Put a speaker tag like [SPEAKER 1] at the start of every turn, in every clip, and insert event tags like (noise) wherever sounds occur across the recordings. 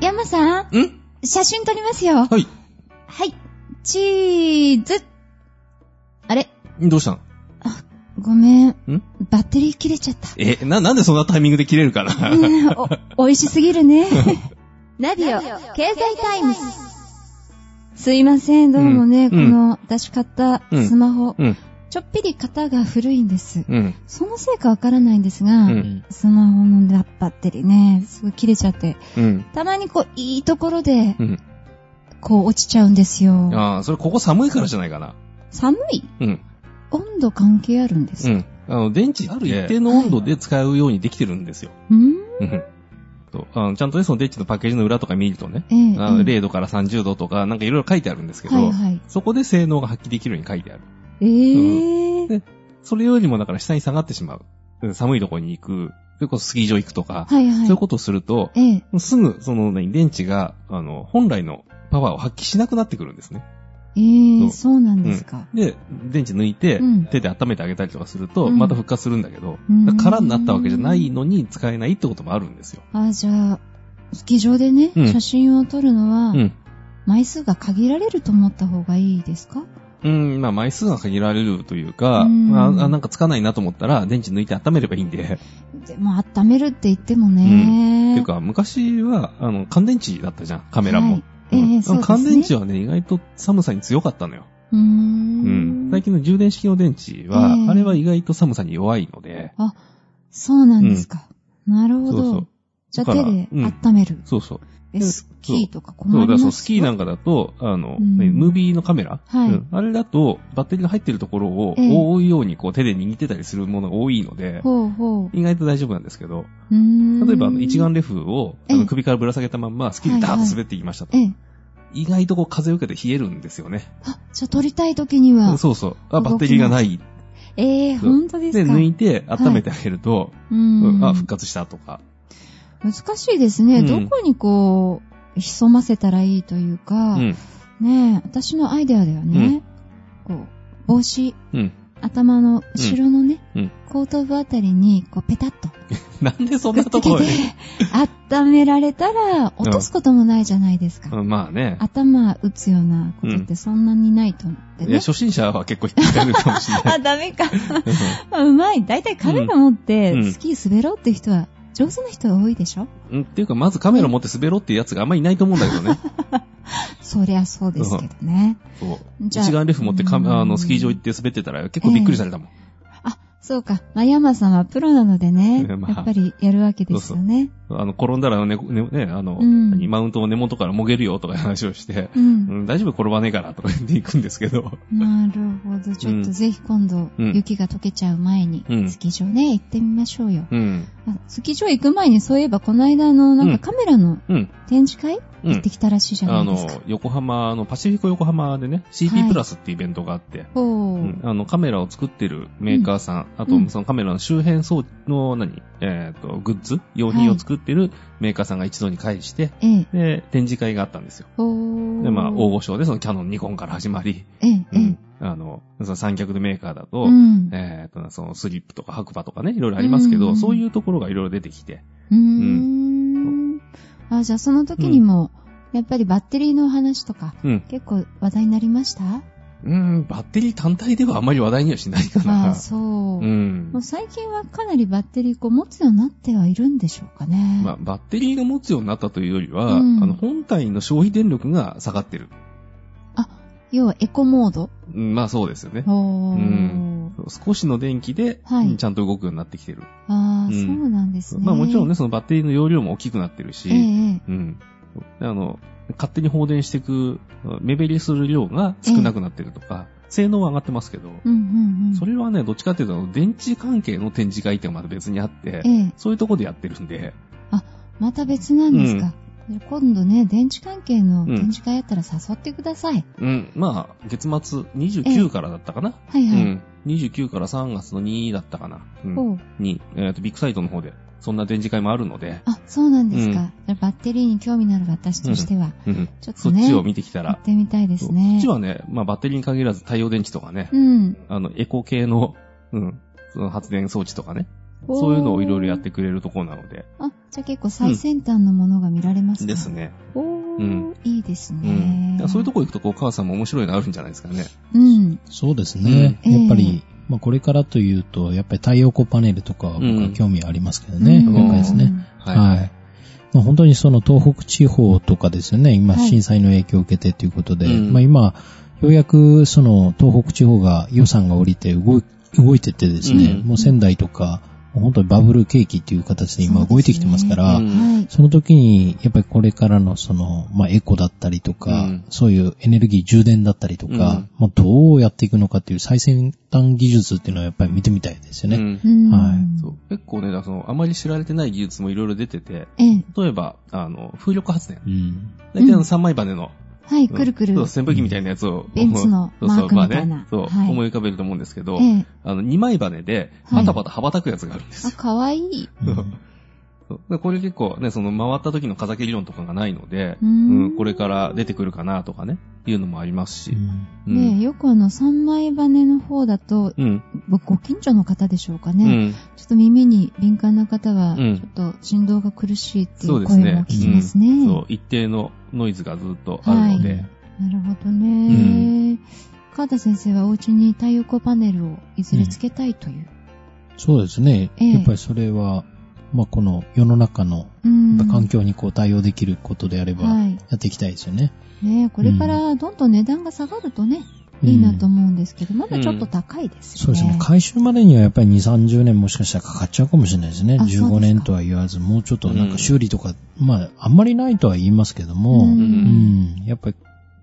[SPEAKER 1] 山さん、
[SPEAKER 2] ん
[SPEAKER 1] 写真撮りますよ。
[SPEAKER 2] はい。
[SPEAKER 1] はい。チーズ。あれ
[SPEAKER 2] どうしたの
[SPEAKER 1] ごめん。
[SPEAKER 2] ん
[SPEAKER 1] バッテリー切れちゃ
[SPEAKER 2] (laughs)
[SPEAKER 1] った。
[SPEAKER 2] え、な、なんでそんなタイミングで切れるかな
[SPEAKER 1] うんお、美味しすぎるね。ナビオ、経済タイムズ。すいません、どうもね、
[SPEAKER 2] うん
[SPEAKER 1] この、私買ったスマホ、
[SPEAKER 2] うん。
[SPEAKER 1] ちょっぴり型が古いんです。
[SPEAKER 2] うん。
[SPEAKER 1] そのせいかわからないんですが、
[SPEAKER 2] う
[SPEAKER 3] うんん。
[SPEAKER 1] スマホのバッテリーね、すごい切れちゃって、
[SPEAKER 2] うん。
[SPEAKER 1] たまにこう、いいところで、
[SPEAKER 2] うん。
[SPEAKER 1] こう、落ちちゃうんですよ。
[SPEAKER 2] ああ、それここ寒いからじゃないかな。
[SPEAKER 1] 寒い
[SPEAKER 2] うん。
[SPEAKER 1] 温度関係あるんです
[SPEAKER 2] う
[SPEAKER 1] か、
[SPEAKER 2] ん。あの、電池ある一定の温度で使うようにできてるんですよ。
[SPEAKER 1] うん、
[SPEAKER 2] うん。そうあのちゃんとね、その電池のパッケージの裏とか見るとね、
[SPEAKER 1] ええ
[SPEAKER 2] あの
[SPEAKER 1] ええ
[SPEAKER 2] 0度から30度とか、なんかいろいろ書いてあるんですけど、
[SPEAKER 1] はいはい。
[SPEAKER 2] そこで性能が発揮できるように書いてある。
[SPEAKER 1] ええ
[SPEAKER 2] でそれよりもだから下に下がってしまう。うん寒いところに行く、それこそスキー場行くとか、
[SPEAKER 1] はい
[SPEAKER 2] そ
[SPEAKER 1] は
[SPEAKER 2] う
[SPEAKER 1] い。
[SPEAKER 2] いうことをすると、
[SPEAKER 1] ええ
[SPEAKER 2] すぐ、その、ね、電池が、あの、本来のパワーを発揮しなくなってくるんですね。
[SPEAKER 1] ええ
[SPEAKER 2] そう
[SPEAKER 1] そうなんですか。
[SPEAKER 2] で、電池抜いて、
[SPEAKER 1] うん
[SPEAKER 2] 手で温めてあげたりとかすると、
[SPEAKER 1] うん
[SPEAKER 2] また復活するんだけど、
[SPEAKER 1] うん
[SPEAKER 2] だから空になったわけじゃないのに使えないってこともあるんですよ。
[SPEAKER 1] あ、じゃあ、スキー場でね、
[SPEAKER 2] うん
[SPEAKER 1] 写真を撮るのは、
[SPEAKER 2] うん。
[SPEAKER 1] 枚数が限られると思った方がいいですか
[SPEAKER 2] うん、まあ枚数が限られるというか、
[SPEAKER 1] うん
[SPEAKER 2] ああなんかつかないなと思ったら、電池抜いて温めればいいんで、
[SPEAKER 1] でも、温めるって言っても
[SPEAKER 2] ってい
[SPEAKER 1] ね
[SPEAKER 2] う。か、昔は、あの、乾電池だったじゃん、カメラも。
[SPEAKER 1] はいええ
[SPEAKER 2] うん
[SPEAKER 1] そうですね
[SPEAKER 2] 乾電池はね、意外と寒さに強かったのよ。
[SPEAKER 1] うー
[SPEAKER 2] うんん。最近の充電式の電池は、
[SPEAKER 1] ええ
[SPEAKER 2] あれは意外と寒さに弱いので、
[SPEAKER 1] そうなんですか。なるほ
[SPEAKER 2] そうそ
[SPEAKER 1] ど
[SPEAKER 2] う。。
[SPEAKER 1] じゃあ
[SPEAKER 2] だから
[SPEAKER 1] 手で
[SPEAKER 2] うん
[SPEAKER 1] 温める。
[SPEAKER 2] そうそう。
[SPEAKER 1] え
[SPEAKER 2] で
[SPEAKER 1] スキーとか困
[SPEAKER 2] そう、
[SPEAKER 1] りま
[SPEAKER 2] だから
[SPEAKER 1] す
[SPEAKER 2] そう、スキーなんかだと、あの、
[SPEAKER 1] うん
[SPEAKER 2] ねムービーのカメラ、
[SPEAKER 1] はい
[SPEAKER 2] うんあれだと、バッテリーが入ってるところを
[SPEAKER 1] ええ
[SPEAKER 2] 覆うようにこう手で握ってたりするものが多いので、
[SPEAKER 1] ほうほう。
[SPEAKER 2] 意外と大丈夫なんですけど、
[SPEAKER 1] うーん
[SPEAKER 2] 例えばあの一眼レフをあ
[SPEAKER 1] え
[SPEAKER 2] の
[SPEAKER 1] え
[SPEAKER 2] 首からぶら下げたまんま、スキーでダーッと滑っていきましたと。
[SPEAKER 1] ええ。
[SPEAKER 2] 意外とこう風を受けて冷えるんですよね。
[SPEAKER 1] あ、じゃあ撮りたい時には。
[SPEAKER 2] そうそう。あ、
[SPEAKER 1] 動き
[SPEAKER 2] バッテリーがない。
[SPEAKER 1] ええ、
[SPEAKER 2] そう
[SPEAKER 1] 本当です
[SPEAKER 2] で、
[SPEAKER 1] か。
[SPEAKER 2] 抜いて温めてあげると、
[SPEAKER 1] う
[SPEAKER 2] うん
[SPEAKER 1] ん
[SPEAKER 2] あ、復活したとか。
[SPEAKER 1] 難しいです
[SPEAKER 2] う
[SPEAKER 1] ね。
[SPEAKER 2] ん
[SPEAKER 1] どこにこう、潜ませたらいいという
[SPEAKER 2] う
[SPEAKER 1] か、
[SPEAKER 2] ん。
[SPEAKER 1] ねえ、私のアイデアではね、こう、帽子、
[SPEAKER 2] うん。
[SPEAKER 1] 頭の後ろのね、
[SPEAKER 2] うんうん
[SPEAKER 1] 後頭部あたりに、こう、ペタッ
[SPEAKER 2] (laughs)
[SPEAKER 1] と
[SPEAKER 2] なんでそん
[SPEAKER 1] くっ
[SPEAKER 2] な
[SPEAKER 1] つ
[SPEAKER 2] と
[SPEAKER 1] け
[SPEAKER 2] こ
[SPEAKER 1] て
[SPEAKER 2] ろに、
[SPEAKER 1] 温められたら、落とすこともないじゃないですか。
[SPEAKER 2] うんまあね。
[SPEAKER 1] 頭打つようなことってそんなにないと思って
[SPEAKER 2] いや、
[SPEAKER 1] ね。
[SPEAKER 2] 初心者は結構引っかかるかもしれない。
[SPEAKER 1] あ、ダメか。
[SPEAKER 2] うん
[SPEAKER 1] まあうまい。だいたいカメラ持っ
[SPEAKER 2] うんう
[SPEAKER 1] て、
[SPEAKER 2] ん
[SPEAKER 1] スキー滑ろうって人は、上手な人が多いでしょ
[SPEAKER 2] うん、っていうか、まずカメラ持って滑ろうっていうやつがあんまりいないと思うんだ
[SPEAKER 1] (laughs)
[SPEAKER 2] けどね。
[SPEAKER 1] そりゃそうですけどね。
[SPEAKER 2] そう。
[SPEAKER 1] じゃあ
[SPEAKER 2] 一眼レフ持ってカメ
[SPEAKER 1] うん
[SPEAKER 2] あの、スキー場行って滑ってたら結構びっくりされたもん。
[SPEAKER 1] あ、そうか。まあ、山さんはプロなのでね、
[SPEAKER 2] まあ
[SPEAKER 1] やっぱりやるわけですよね。
[SPEAKER 2] あの、転んだらね、ね、ねあの、
[SPEAKER 1] うん
[SPEAKER 2] 何マウントを根元からもげるよとかいう話をして、
[SPEAKER 1] う。
[SPEAKER 2] うんん、大丈夫転ばねえからとか言って行くんですけど。
[SPEAKER 1] なるほど。ちょっとぜひ今度、
[SPEAKER 2] うん
[SPEAKER 1] 雪が溶けちゃう前に、
[SPEAKER 2] うん
[SPEAKER 1] スキー場ね、行ってみましょうよ。
[SPEAKER 2] うん。
[SPEAKER 1] あスキー場行く前に、そういえばこの間あの、なん
[SPEAKER 2] うん
[SPEAKER 1] かカメラの
[SPEAKER 2] うん。
[SPEAKER 1] 展示会、
[SPEAKER 2] う
[SPEAKER 1] 行っ
[SPEAKER 2] ん
[SPEAKER 1] て。きたらしいじゃな
[SPEAKER 2] あ
[SPEAKER 1] いですか。
[SPEAKER 2] の、横浜の、パシフィコ横浜で
[SPEAKER 1] は
[SPEAKER 2] ね、
[SPEAKER 1] い
[SPEAKER 2] CP プラスってイベントがあって、
[SPEAKER 1] ほう、
[SPEAKER 2] うんあの、カメラを作ってるメーカーさん、あと、
[SPEAKER 1] うん
[SPEAKER 2] そのカメラの周辺装置の、何、えっ、と、グッズ、用品を作ってるメーカーさんが一堂に会して、
[SPEAKER 1] ええ。
[SPEAKER 2] で、展示会があったんですよ。
[SPEAKER 1] ほう。
[SPEAKER 2] で、まあ、大御所で、そのキャノン、ニコンから始まり、
[SPEAKER 1] ええ、ええ。
[SPEAKER 2] あの、その三脚のメーカーだと、
[SPEAKER 1] うん。
[SPEAKER 2] えっ、と、そのスリップとか白馬とかね、いろいろありますけど、
[SPEAKER 1] うん
[SPEAKER 2] そういうところがいろいろ出てきて、
[SPEAKER 1] うーん。あ、じゃあその時にも、やっぱりバッテリーの話とか、
[SPEAKER 2] うん。
[SPEAKER 1] 結構話題になりました
[SPEAKER 2] うん、バッテリー単体ではあんまり話題にはしないかな。
[SPEAKER 1] あ、そう。
[SPEAKER 2] うん
[SPEAKER 1] もう。最近はかなりバッテリーこう持つようになってはいるんでしょうかね。
[SPEAKER 2] まあ、バッテリーが持つようになったというよりは、
[SPEAKER 1] うん
[SPEAKER 2] あの、本体の消費電力が下がってる。
[SPEAKER 1] 要はエコモード。
[SPEAKER 2] うんまあ、そうですよね。
[SPEAKER 1] おー。
[SPEAKER 2] うん少しの電気で、
[SPEAKER 1] はい
[SPEAKER 2] うんちゃんと動くようになってきてる。
[SPEAKER 1] ああ、
[SPEAKER 2] うん
[SPEAKER 1] そうなんですね。
[SPEAKER 2] まあ、もちろんね、、そのバッテリーの容量も大きくなってるし、
[SPEAKER 1] ええええ
[SPEAKER 2] うん。あの、勝手に放電していく、目減りする量が少なくなってるとか、性能は上がってますけど、
[SPEAKER 1] うんうんうん。
[SPEAKER 2] それはね、どっちかっていうと、電池関係の展示会っていうのがまた別にあって、
[SPEAKER 1] ええ
[SPEAKER 2] そういうとこでやってるんで、
[SPEAKER 1] また別なんですか。今度ね、電池関係の展示会やったら誘ってください。
[SPEAKER 2] うん、まあ、月末
[SPEAKER 1] ええ
[SPEAKER 2] 29からだったかな、
[SPEAKER 1] はいはい。
[SPEAKER 2] うん。29から3月の2だったかな、うん
[SPEAKER 1] ほう
[SPEAKER 2] に、えーと、ビッグサイトの方で、そんな展示会もあるので、
[SPEAKER 1] あ、そうなんですか。
[SPEAKER 2] うん
[SPEAKER 1] じゃあバッテリーに興味のある私としては、
[SPEAKER 2] うん
[SPEAKER 1] ちょっ
[SPEAKER 2] そ
[SPEAKER 1] と
[SPEAKER 2] っ
[SPEAKER 1] ね、
[SPEAKER 2] ちを見てきた
[SPEAKER 1] や
[SPEAKER 2] ら
[SPEAKER 1] っ、てみたいです
[SPEAKER 2] そ
[SPEAKER 1] ね。
[SPEAKER 2] っちはね、まあ、バッテリーに限らず太陽電池とかね、
[SPEAKER 1] うん。
[SPEAKER 2] あの、エコ系の、うん、その発電装置とかね、
[SPEAKER 1] おー
[SPEAKER 2] そういうのをいろいろやってくれるところなので。
[SPEAKER 1] あ、じゃあ結構最先端のものが見られますか、
[SPEAKER 2] です。ね。
[SPEAKER 1] おー、
[SPEAKER 2] ん
[SPEAKER 1] いいです
[SPEAKER 2] う
[SPEAKER 1] ね
[SPEAKER 2] ん。だ。からそういうとこ行くと、こう、母さんも面白いのあるんじゃないですかね。
[SPEAKER 1] うん。
[SPEAKER 3] そうですね。
[SPEAKER 1] うん
[SPEAKER 3] やっぱり、
[SPEAKER 1] ええ
[SPEAKER 3] まあこれからというと、やっぱり太陽光パネルとかは僕は興味ありますけどね。
[SPEAKER 1] うん
[SPEAKER 3] やっぱりですね。はい。
[SPEAKER 2] い。
[SPEAKER 3] まあ、本当にその東北地方とかですよね、今
[SPEAKER 1] はい
[SPEAKER 3] 震災の影響を受けてということで、
[SPEAKER 2] うん
[SPEAKER 3] まあ今、ようやくその東北地方が予算が降りて動い動いててですね、
[SPEAKER 2] うん
[SPEAKER 3] もう仙台とか、もう本当にバブル景気っていう形で今動いてきてますから、
[SPEAKER 2] う
[SPEAKER 3] そ
[SPEAKER 2] ん
[SPEAKER 1] はい。
[SPEAKER 3] の時に、やっぱりこれからのその、まあエコだったりとか、
[SPEAKER 2] うん
[SPEAKER 3] そういうエネルギー充電だったりとか、まあどうやっていくのかっていう最先端技術っていうのはやっぱり見てみたいですよね。
[SPEAKER 2] うん
[SPEAKER 1] うん
[SPEAKER 3] はい
[SPEAKER 2] そう結構ね、だからその、あまり知られてない技術もいろいろ出てて、
[SPEAKER 1] ええ。
[SPEAKER 2] 例えば、あの、風力発電。
[SPEAKER 3] うん
[SPEAKER 2] 大体あの、三枚バネの、
[SPEAKER 1] はい、
[SPEAKER 2] うん
[SPEAKER 1] くるくる。
[SPEAKER 2] そう扇風機みたいなやつを、
[SPEAKER 1] ベンツの
[SPEAKER 2] (laughs) そうそう
[SPEAKER 1] マークみたいな
[SPEAKER 2] まあねそう、
[SPEAKER 1] はい
[SPEAKER 2] 思い浮かべると思うんですけど、
[SPEAKER 1] ええ。
[SPEAKER 2] あの、二枚バネで、
[SPEAKER 1] はい
[SPEAKER 2] パタパタ羽ばたくやつがあるんです
[SPEAKER 1] あ、
[SPEAKER 2] よ。
[SPEAKER 1] かわいい。
[SPEAKER 2] そうでこれ結構ね、その回った時の風景理論とかがないので、
[SPEAKER 1] うー
[SPEAKER 2] うんん、これから出てくるかなとかね、っていうのもありますし。う
[SPEAKER 1] ねえ
[SPEAKER 2] ん。
[SPEAKER 1] よくあの、三枚羽の方だと、
[SPEAKER 2] うん。
[SPEAKER 1] ご近所の方でしょうか
[SPEAKER 2] う
[SPEAKER 1] ね。
[SPEAKER 2] ん。
[SPEAKER 1] ちょっと耳に敏感な方は、
[SPEAKER 2] うん
[SPEAKER 1] ちょっと振動が苦しいってい
[SPEAKER 2] そう
[SPEAKER 1] う
[SPEAKER 2] です
[SPEAKER 1] 声
[SPEAKER 2] ね
[SPEAKER 1] も聞。きますね。
[SPEAKER 2] うんそう、一定のノイズがずっとあるので、
[SPEAKER 3] はい
[SPEAKER 1] なるほどね。川田先生はお家に太陽光パネルをいずれつけたいという。
[SPEAKER 3] そうですね。
[SPEAKER 1] ええ
[SPEAKER 3] やっぱりそれは、まあ、この世の中の
[SPEAKER 1] うん
[SPEAKER 3] 環境にこう対応できることであれば、
[SPEAKER 1] はい
[SPEAKER 3] やっていきたいですよね。
[SPEAKER 1] ねえこれからどんどん値段が下がるとね、いいなと
[SPEAKER 3] うん
[SPEAKER 1] 思うんですけど、まだちょっと高いです
[SPEAKER 3] そう
[SPEAKER 1] よね。
[SPEAKER 3] ですね。回収までにはやっぱり2、30年もしかしたらかかっちゃうかもしれないですね。
[SPEAKER 1] あそうですか
[SPEAKER 3] 15年とは言わず、もうちょっとなん
[SPEAKER 2] うん
[SPEAKER 3] か修理とか、まあ、あんまりないとは言いますけども、
[SPEAKER 1] うん
[SPEAKER 3] うんやっぱり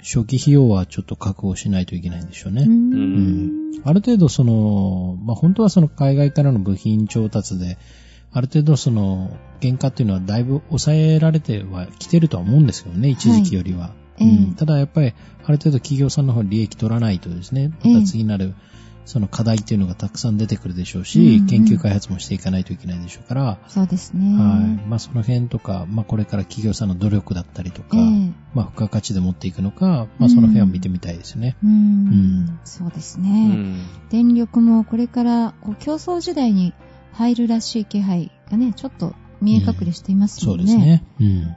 [SPEAKER 3] 初期費用はちょっと確保しないといけないんでしょうね。
[SPEAKER 1] うん
[SPEAKER 3] うんある程度その、まあ、本当はその海外からの部品調達で、ある程度その、原価っていうのはだいぶ抑えられてはきてるとは思うんですけどね、一時期よりは。
[SPEAKER 1] ええ
[SPEAKER 3] うんただやっぱり、ある程度企業さんの方に利益取らないとですね、
[SPEAKER 1] ええ
[SPEAKER 3] また次なる、その課題っていうのがたくさん出てくるでしょうし、
[SPEAKER 1] うんうん
[SPEAKER 3] 研究開発もしていかないといけないでしょうから、
[SPEAKER 1] そうですね。
[SPEAKER 3] はい。まあその辺とか、まあこれから企業さんの努力だったりとか、
[SPEAKER 1] ええ
[SPEAKER 3] まあ付加価値で持っていくのか、まあその辺は見てみたいですね。
[SPEAKER 1] うん
[SPEAKER 3] うん
[SPEAKER 1] そうです
[SPEAKER 2] う
[SPEAKER 1] ね。
[SPEAKER 2] ん。
[SPEAKER 1] 電力もこれからこう競争時代に入るらしい気配がね、ちょっと見え隠れしています
[SPEAKER 3] そ
[SPEAKER 1] も
[SPEAKER 3] うんですね。うん。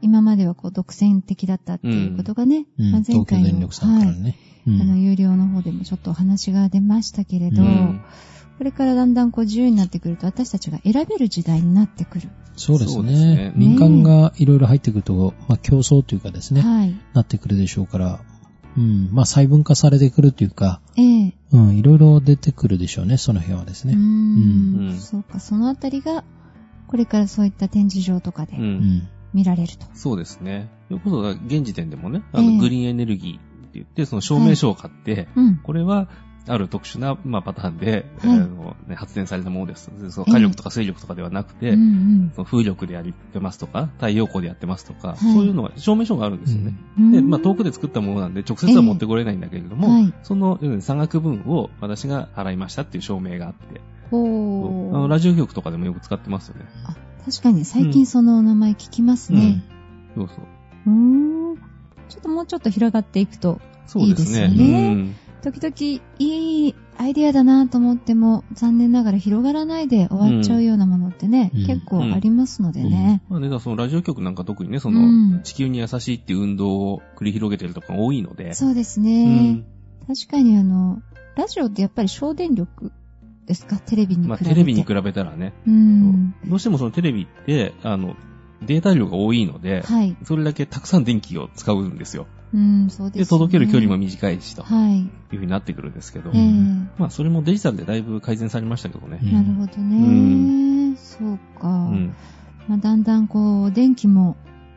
[SPEAKER 1] 今まではこう独占的だったっていうことがね、
[SPEAKER 3] うん
[SPEAKER 1] まあ
[SPEAKER 3] 東京電力さんから
[SPEAKER 1] はい
[SPEAKER 3] ね。うん
[SPEAKER 1] あの有料の方でもちょっとお話が出ましたけれど、
[SPEAKER 2] うん
[SPEAKER 1] これからだんだんこう自由になってくると私たちが選べる時代になってくる。
[SPEAKER 3] そうです
[SPEAKER 2] そうですね
[SPEAKER 3] ね。民間がいろいろ入ってくると、まあ競争というかですね、
[SPEAKER 1] はい。
[SPEAKER 3] なってくるでしょうから、うん、まあ細分化されてくるというか、
[SPEAKER 1] ええ
[SPEAKER 3] うん、いろいろ出てくるでしょうね、その辺はです
[SPEAKER 1] うー
[SPEAKER 3] ね。
[SPEAKER 1] ん、
[SPEAKER 2] うん
[SPEAKER 1] そうか、そのあたりが、これからそういった展示場とかで
[SPEAKER 2] うん
[SPEAKER 3] うん。
[SPEAKER 1] 見られると。
[SPEAKER 2] そうですね。それこそ、現時点でもね、あ
[SPEAKER 1] ええ
[SPEAKER 2] の、グリーンエネルギーって言って、その証明書を買って、
[SPEAKER 1] うん。
[SPEAKER 2] これは、ある特殊な、まあ、パターンで、
[SPEAKER 1] はい
[SPEAKER 2] あのね発電されたものです。でその火力とか水力とかではなくて、
[SPEAKER 1] うんうん
[SPEAKER 2] その風力でやってますとか、太陽光でやってますとか、
[SPEAKER 1] い
[SPEAKER 2] そういうのが、証明書があるんですよね。
[SPEAKER 1] うん
[SPEAKER 2] で、まあ、遠くで作ったものなんで、直接は持ってこれないんだけれども、
[SPEAKER 1] はい
[SPEAKER 2] その、うん差額分を私が払いましたっていう証明があって、そう
[SPEAKER 1] ほ
[SPEAKER 2] あの
[SPEAKER 1] う。
[SPEAKER 2] ラジオ局とかでもよく使ってますよね。
[SPEAKER 1] あ確かに最近そのお名前聞きますね。
[SPEAKER 2] そうそう。
[SPEAKER 1] うーん。ちょっともうちょっと広がっていくと、
[SPEAKER 2] そうですね。
[SPEAKER 1] いいですよね
[SPEAKER 2] うん
[SPEAKER 1] 時々いいアイデアだなと思っても、残念ながら広がらないで終わっちゃうようなものってね、
[SPEAKER 3] うん
[SPEAKER 1] 結構ありますのでね。
[SPEAKER 2] まあね、だからそのラジオ局なんか特にね、そ
[SPEAKER 1] うん
[SPEAKER 2] の、地球に優しいっていう運動を繰り広げてるとか多いので。
[SPEAKER 1] そうです
[SPEAKER 2] う
[SPEAKER 1] ね
[SPEAKER 2] ん。。
[SPEAKER 1] 確かにあの、ラジオってやっぱり省電力ですかテレビに比
[SPEAKER 2] ま
[SPEAKER 1] べて。
[SPEAKER 2] あテレビに比べたらね、
[SPEAKER 1] うん。
[SPEAKER 2] どうしてもそのテレビって、あの、データ量が多いので、
[SPEAKER 1] はい。
[SPEAKER 2] それだけたくさん電気を使うんですよ。
[SPEAKER 1] うん、そうです、ね。
[SPEAKER 2] で、届ける距離も短いしと
[SPEAKER 1] はい。
[SPEAKER 2] いうふうになってくるんですけど
[SPEAKER 1] ええ、
[SPEAKER 3] ん
[SPEAKER 2] まあそれもデジタルでだいぶ改善されましたけどね。
[SPEAKER 1] なるほどね。
[SPEAKER 2] うん
[SPEAKER 1] そうか。
[SPEAKER 2] うん。
[SPEAKER 1] まあ、だんだんこう、電気も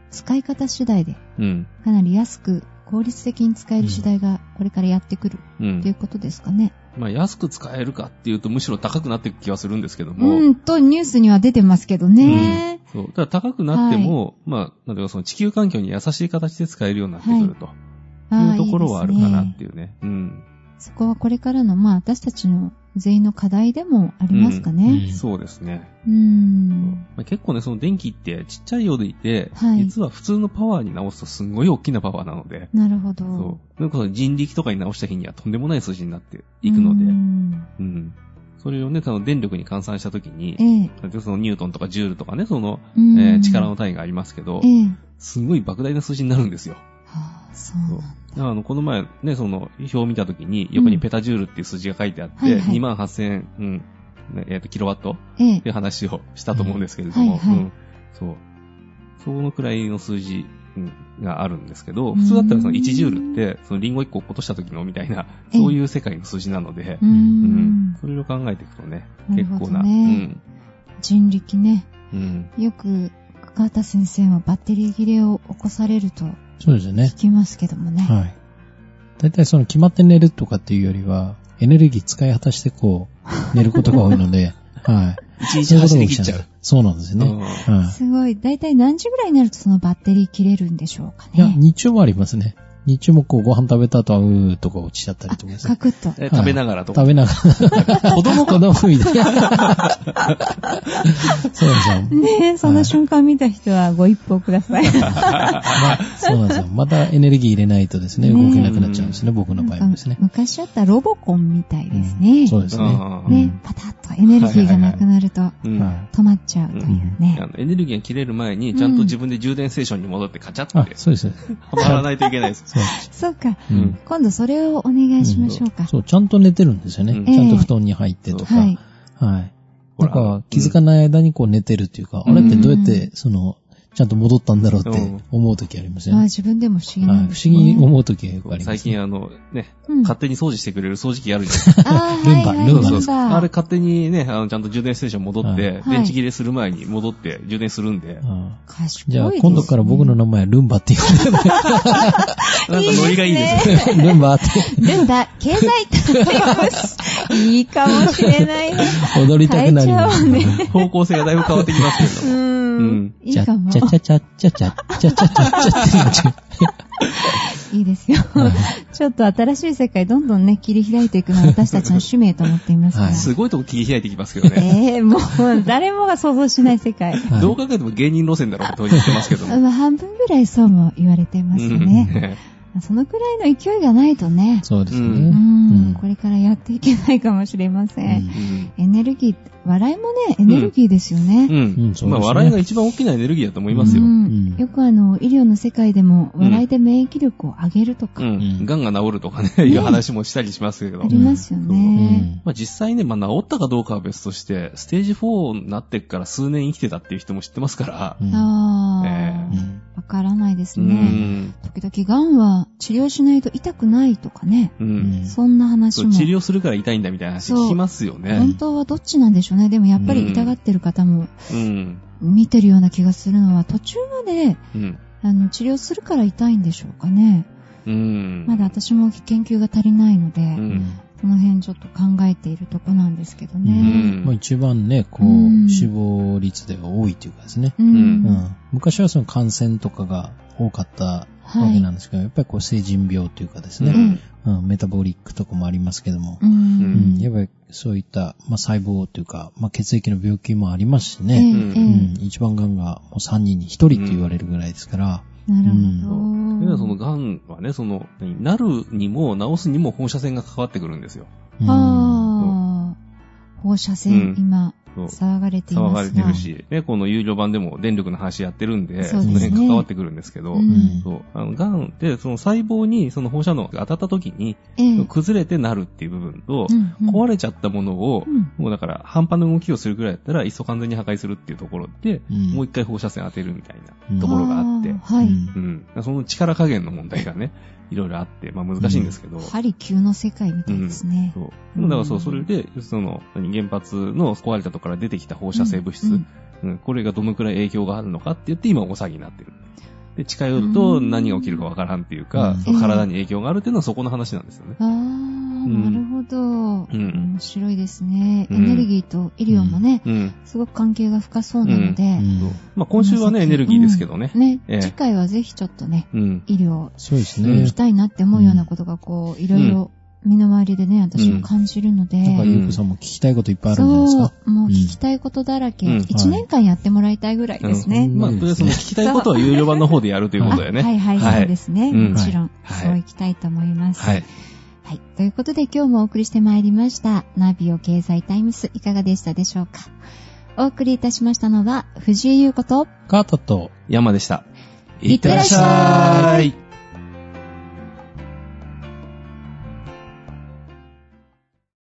[SPEAKER 1] 使い方次第で、
[SPEAKER 2] うん。
[SPEAKER 1] かなり安く、効率的に使える次第がこれからやってくる
[SPEAKER 2] う。
[SPEAKER 1] っていうんことですかね。
[SPEAKER 2] まあ安く使えるかっていうとむしろ高くなっていく気はするんですけど
[SPEAKER 1] う
[SPEAKER 2] も、
[SPEAKER 1] ん、とニュースには出てますけどね。
[SPEAKER 2] そう。ただ高くなっても、まあ、なんていうかその地球環境に優しい形で使えるようになってくると。
[SPEAKER 1] ああ
[SPEAKER 2] いうところはあるかなって
[SPEAKER 1] いいですね
[SPEAKER 2] いうね。うん。
[SPEAKER 1] そこはこれからの、まあ、私たちの全員の課題でもありますかね。
[SPEAKER 2] そうですね。
[SPEAKER 1] うん。
[SPEAKER 2] まあ結構ね、その電気ってちっちゃいようでいて、
[SPEAKER 1] はい
[SPEAKER 2] 実は普通のパワーに直すとすごい大きなパワーなので、
[SPEAKER 1] なるほど。
[SPEAKER 2] そう。それこそ人力とかに直した日にはとんでもない数字になっていくので、
[SPEAKER 1] う
[SPEAKER 2] うん
[SPEAKER 1] ん
[SPEAKER 2] そそれをね、その電力に換算したときに、
[SPEAKER 1] ええ。
[SPEAKER 2] そのニュートンとかジュールとかね、その、
[SPEAKER 1] う
[SPEAKER 2] え
[SPEAKER 1] ん
[SPEAKER 2] ー力の単位がありますけど
[SPEAKER 1] え、え。
[SPEAKER 2] すごい莫大な数字になるんですよ。
[SPEAKER 1] はあ、そうなんだ。
[SPEAKER 2] だからあの、この前ね、その、表を見たときに、横にペタジュールっていう数字が書いてあって、
[SPEAKER 1] はいはい
[SPEAKER 2] 28,000、うん、ねえっ、と、キロワット
[SPEAKER 1] ええ
[SPEAKER 2] って。いう話をしたと思うんですけれども、
[SPEAKER 1] うんはいはい
[SPEAKER 2] うんそう。そのくらいの数字うんがあるんですけど、
[SPEAKER 1] ん
[SPEAKER 2] 普通だったらその1ジュールって、そのリンゴ1個落とした時のみたいな、
[SPEAKER 1] ええ
[SPEAKER 2] そういう世界の数字なので、
[SPEAKER 1] うー。
[SPEAKER 2] うんそれを考えていくとね、
[SPEAKER 1] なる
[SPEAKER 2] 結
[SPEAKER 1] ほ
[SPEAKER 2] 構
[SPEAKER 1] ど
[SPEAKER 2] な、
[SPEAKER 1] ね人力ね。
[SPEAKER 2] うん。うん。
[SPEAKER 1] よく、深畑先生はバッテリー切れを起こされると
[SPEAKER 3] そうですよね
[SPEAKER 1] 聞。きますけどもね。
[SPEAKER 3] はい。大体その決まって寝るとかっていうよりは、エネルギー使い果たしてこ (laughs) う、寝ることが多いので、はい。
[SPEAKER 2] 1日走り切っちゃう。
[SPEAKER 3] そうなんですよね。はい。
[SPEAKER 1] すごい。だいたい何時ぐらいになるとそのバッテリー切れるんでしょうか
[SPEAKER 3] いや、
[SPEAKER 1] ね。
[SPEAKER 3] 日中もありますね。日中もこう、ご飯食べた後は、うーとか落ちちゃったりとかです
[SPEAKER 1] カ
[SPEAKER 3] ね
[SPEAKER 1] クッと。
[SPEAKER 2] え食べながらとか。
[SPEAKER 3] 食べながら。子供 (laughs) 子供みたいな。そうなんですよ。
[SPEAKER 1] ねえ、その瞬間見た人はご一報ください。
[SPEAKER 3] そうなんですよ。またエネルギー入れないとですね、動
[SPEAKER 1] ね
[SPEAKER 3] けなくなっちゃうんですね、僕の場合はですね。
[SPEAKER 1] (laughs) 昔あったロボコンみたいです
[SPEAKER 3] う
[SPEAKER 1] ね。
[SPEAKER 3] んそうですね。
[SPEAKER 2] うん
[SPEAKER 1] ね、パタッとエネルギーがなくなると
[SPEAKER 2] うん
[SPEAKER 3] はい
[SPEAKER 1] 止まっちゃうというね。
[SPEAKER 2] あのエネルギーが切れる前に、ちゃんと自分で充電ステーションに戻ってカチャって、
[SPEAKER 3] あ、そうです。
[SPEAKER 2] はまらないといけないです。
[SPEAKER 3] そう。
[SPEAKER 1] そうか。
[SPEAKER 3] うん
[SPEAKER 1] 今度それをお願いしましょうか。
[SPEAKER 3] そう、ちゃんと寝てるんですよ
[SPEAKER 2] うん
[SPEAKER 3] ね。ちゃんと布団に入ってとか。
[SPEAKER 1] は
[SPEAKER 3] はい
[SPEAKER 1] い。。
[SPEAKER 3] はい。
[SPEAKER 2] ほ
[SPEAKER 3] な
[SPEAKER 2] ら
[SPEAKER 3] んか、気づかない間にこう寝てるっていうか、
[SPEAKER 2] うん
[SPEAKER 3] あれってどうやって、その、ちゃんと戻ったんだろうって
[SPEAKER 2] うん
[SPEAKER 3] 思う時ありますよ
[SPEAKER 1] まあ
[SPEAKER 3] ね。
[SPEAKER 1] 自分でも不思議
[SPEAKER 3] はい
[SPEAKER 1] なんで
[SPEAKER 3] 不
[SPEAKER 1] す
[SPEAKER 3] 思議
[SPEAKER 1] ね。
[SPEAKER 3] に思う時がよくありま
[SPEAKER 2] 最
[SPEAKER 3] すね。
[SPEAKER 2] 近あの、ね、
[SPEAKER 1] うん
[SPEAKER 2] 勝手に掃除してくれる掃除機あるじゃないですか。
[SPEAKER 1] あー
[SPEAKER 3] ルンバ
[SPEAKER 1] はいはい
[SPEAKER 3] ル
[SPEAKER 2] そう
[SPEAKER 3] ン
[SPEAKER 2] そ
[SPEAKER 3] バ
[SPEAKER 1] ル
[SPEAKER 2] う
[SPEAKER 1] ン
[SPEAKER 2] そう
[SPEAKER 1] バ
[SPEAKER 2] あれ勝手にね、あの、ちゃんと充電ステーション戻って、
[SPEAKER 1] はい
[SPEAKER 2] 電池切れする前に戻って充電するんで、なんか
[SPEAKER 3] うん
[SPEAKER 1] 賢いですね
[SPEAKER 3] じゃあ、今度から僕の名前はルンバって言わ
[SPEAKER 2] ノリがいいですね。
[SPEAKER 3] れて、ルンバって
[SPEAKER 1] ルンバ、経済対応いいかもしれないね。
[SPEAKER 3] 踊りたくなります。
[SPEAKER 1] 変えちゃ
[SPEAKER 2] 方向性がだいぶ変わってきますけ
[SPEAKER 1] う
[SPEAKER 2] れども。
[SPEAKER 1] ん。いい
[SPEAKER 3] ちゃ
[SPEAKER 1] か
[SPEAKER 3] っ
[SPEAKER 1] も
[SPEAKER 3] ち。ゃちゃちゃちゃちゃちゃちゃちゃちゃちゃってなっちゃ
[SPEAKER 1] いいですよ。ちょっと新しい世界どんどんね、切り開いていくのは私たちの使命と思っていますか
[SPEAKER 3] はい
[SPEAKER 1] ら。
[SPEAKER 2] すごいとこ切り開いてきますけどね。
[SPEAKER 1] ええもう誰もが想像しない世界。
[SPEAKER 3] うはい
[SPEAKER 2] どう考えても芸人路線だろうと言ってますけども。
[SPEAKER 1] まあ半分ぐらいそうも言われてますね。
[SPEAKER 2] ね。
[SPEAKER 1] そのくらいの勢いがないとね、
[SPEAKER 3] そうですね。
[SPEAKER 2] う
[SPEAKER 1] うん
[SPEAKER 3] うんん
[SPEAKER 1] これからやっていけないかもしれませ。
[SPEAKER 3] うんん
[SPEAKER 2] うん
[SPEAKER 1] エネルギー、笑いもね、エネルギーですよ
[SPEAKER 2] う
[SPEAKER 1] ね。
[SPEAKER 3] うん
[SPEAKER 2] ん。
[SPEAKER 3] そうですね
[SPEAKER 2] まあ、笑いが一番大きなエネルギーだと思いますよ。
[SPEAKER 1] う
[SPEAKER 2] うん。
[SPEAKER 1] ん
[SPEAKER 3] うん
[SPEAKER 1] よくあの、医療の世界でも、
[SPEAKER 2] うん
[SPEAKER 1] 笑いで免疫力を上げるとか、あ
[SPEAKER 3] ん
[SPEAKER 2] 癌が治るとかね、いう話もしたりしますけど。
[SPEAKER 1] りますよね。
[SPEAKER 2] まあ実際ね、まあ治ったかどうかは別として、ステージ4になってから数年生きてたっていう人も知ってますから。
[SPEAKER 3] うん
[SPEAKER 1] あ
[SPEAKER 2] え
[SPEAKER 1] あ、わからないです
[SPEAKER 2] う
[SPEAKER 1] ね。
[SPEAKER 2] ん。
[SPEAKER 1] 時々、癌は治療しないと痛くないとかね。
[SPEAKER 2] うん。
[SPEAKER 1] そんな話
[SPEAKER 2] そう
[SPEAKER 1] も。
[SPEAKER 2] 治療するから痛いんだみたいな話聞きますよね
[SPEAKER 1] 本。当はどっちなんでしょうね。でもやっぱり痛がってる方も
[SPEAKER 2] うん。
[SPEAKER 1] 見てるような気がするのは、途中まで
[SPEAKER 2] うん。
[SPEAKER 1] あの治療するから痛いんでしょうかね。
[SPEAKER 2] うん。
[SPEAKER 1] まだ私も研究が足りないので、
[SPEAKER 2] うん。
[SPEAKER 1] その辺ちょっと考えているとこなんですけど
[SPEAKER 3] う
[SPEAKER 1] ね。
[SPEAKER 3] まあ一番ね、こ
[SPEAKER 1] うん
[SPEAKER 3] う、死亡率では多いというかですね。
[SPEAKER 1] う
[SPEAKER 2] うん
[SPEAKER 3] う。ん昔はその感染とかが多かったわ
[SPEAKER 1] は
[SPEAKER 3] け
[SPEAKER 1] い
[SPEAKER 3] な。んですけど、やっぱりこう成人病というかです
[SPEAKER 2] う
[SPEAKER 3] ね、
[SPEAKER 2] ん。
[SPEAKER 3] うんメタボリックとかもありますけども
[SPEAKER 1] う、ん。
[SPEAKER 2] う
[SPEAKER 3] うんやっぱりそういった、まあ、細胞というか、まあ、血液の病気もありますし
[SPEAKER 1] ええ
[SPEAKER 3] ね、
[SPEAKER 2] うん
[SPEAKER 1] え
[SPEAKER 3] うん一番がんがもう3人に1人って言われるぐらいですから、
[SPEAKER 1] えなる
[SPEAKER 2] で
[SPEAKER 1] ほど。
[SPEAKER 2] その癌はね、その、何なるにも治すにも放射線が関わってくるんですよ。
[SPEAKER 3] うん
[SPEAKER 1] ああ、放射
[SPEAKER 2] う
[SPEAKER 1] 線
[SPEAKER 2] ん、
[SPEAKER 1] 今、
[SPEAKER 2] そう
[SPEAKER 1] 騒がれてい
[SPEAKER 2] 騒が
[SPEAKER 1] ま
[SPEAKER 2] れ
[SPEAKER 1] す
[SPEAKER 2] て
[SPEAKER 1] が
[SPEAKER 2] る。し、ね、この有料版でも電力の話やってるんで、
[SPEAKER 1] そう
[SPEAKER 2] そ
[SPEAKER 1] です
[SPEAKER 3] ね
[SPEAKER 2] の辺関わってくるんですけど、
[SPEAKER 1] うん
[SPEAKER 2] そう、あの、癌って、その細胞にその放射能が当たった時に、
[SPEAKER 1] ええ
[SPEAKER 2] 崩れてなるっていう部分と
[SPEAKER 1] う、んうん
[SPEAKER 2] 壊れちゃったものを
[SPEAKER 1] う、ん
[SPEAKER 2] もうだから、半端な動きをするぐらいだったら、いっそ完全に破壊するっていうところで、
[SPEAKER 3] うん
[SPEAKER 2] もう一回放射線当てるみたい
[SPEAKER 3] うん
[SPEAKER 2] なところがあって
[SPEAKER 1] ー、はい。
[SPEAKER 2] うん。その力加減の問題がね、いろいろあって、まあ難しいんですけど、
[SPEAKER 1] 針級の世界みたいですね。
[SPEAKER 2] そう。でもだからそう、それで、その、何原発の壊れたところから出てきた放射性物質、
[SPEAKER 1] う
[SPEAKER 2] うんんこれがどのくらい影響があるのかって言って、今大騒ぎになってる。で、近寄ると
[SPEAKER 1] うん
[SPEAKER 2] 何が起きるかわからんっていうか、
[SPEAKER 3] うん
[SPEAKER 2] その体に影響があるっていうのはそこの話なんですよね。
[SPEAKER 1] ああ、なるほど。
[SPEAKER 2] ん
[SPEAKER 1] 面白いですね。エ
[SPEAKER 2] うん
[SPEAKER 1] ネルギーと医療もね、
[SPEAKER 2] うん。
[SPEAKER 1] すごく関係が深そうなので、
[SPEAKER 3] うん
[SPEAKER 2] まあ今週はね、エネルギーですけどね。
[SPEAKER 1] ね、
[SPEAKER 2] ええ
[SPEAKER 1] 次回はぜひちょっとね、
[SPEAKER 2] うん。
[SPEAKER 1] 医療
[SPEAKER 3] そうです
[SPEAKER 2] うん
[SPEAKER 1] 行
[SPEAKER 3] ね
[SPEAKER 1] き。たいなって思うようなことが、こう、いろいろ身の回りでね、私も感じるので、
[SPEAKER 3] なんか、
[SPEAKER 2] い
[SPEAKER 3] ゆうこさんも聞きたいこといっぱいあるんじゃないです
[SPEAKER 1] そ
[SPEAKER 3] か。
[SPEAKER 1] う、もう聞きたいことだらけ、
[SPEAKER 2] うん
[SPEAKER 1] 1年間やってもらいたいぐらいですね。
[SPEAKER 2] うんまあ、とりあえずその聞きたいことは有料版の方でやるということだよね。
[SPEAKER 1] はいはい、そうですね。
[SPEAKER 2] うん
[SPEAKER 1] もちろん、
[SPEAKER 2] はい
[SPEAKER 1] そういきたいと思います。
[SPEAKER 2] はい。
[SPEAKER 1] はい。ということで今日もお送りしてまいりました。ナビオ経済タイムスいかがでしたでしょうかお送りいたしましたのは藤井優子と
[SPEAKER 3] カートと
[SPEAKER 2] 山でした。
[SPEAKER 1] いってらっしゃ
[SPEAKER 2] いってらっしゃい。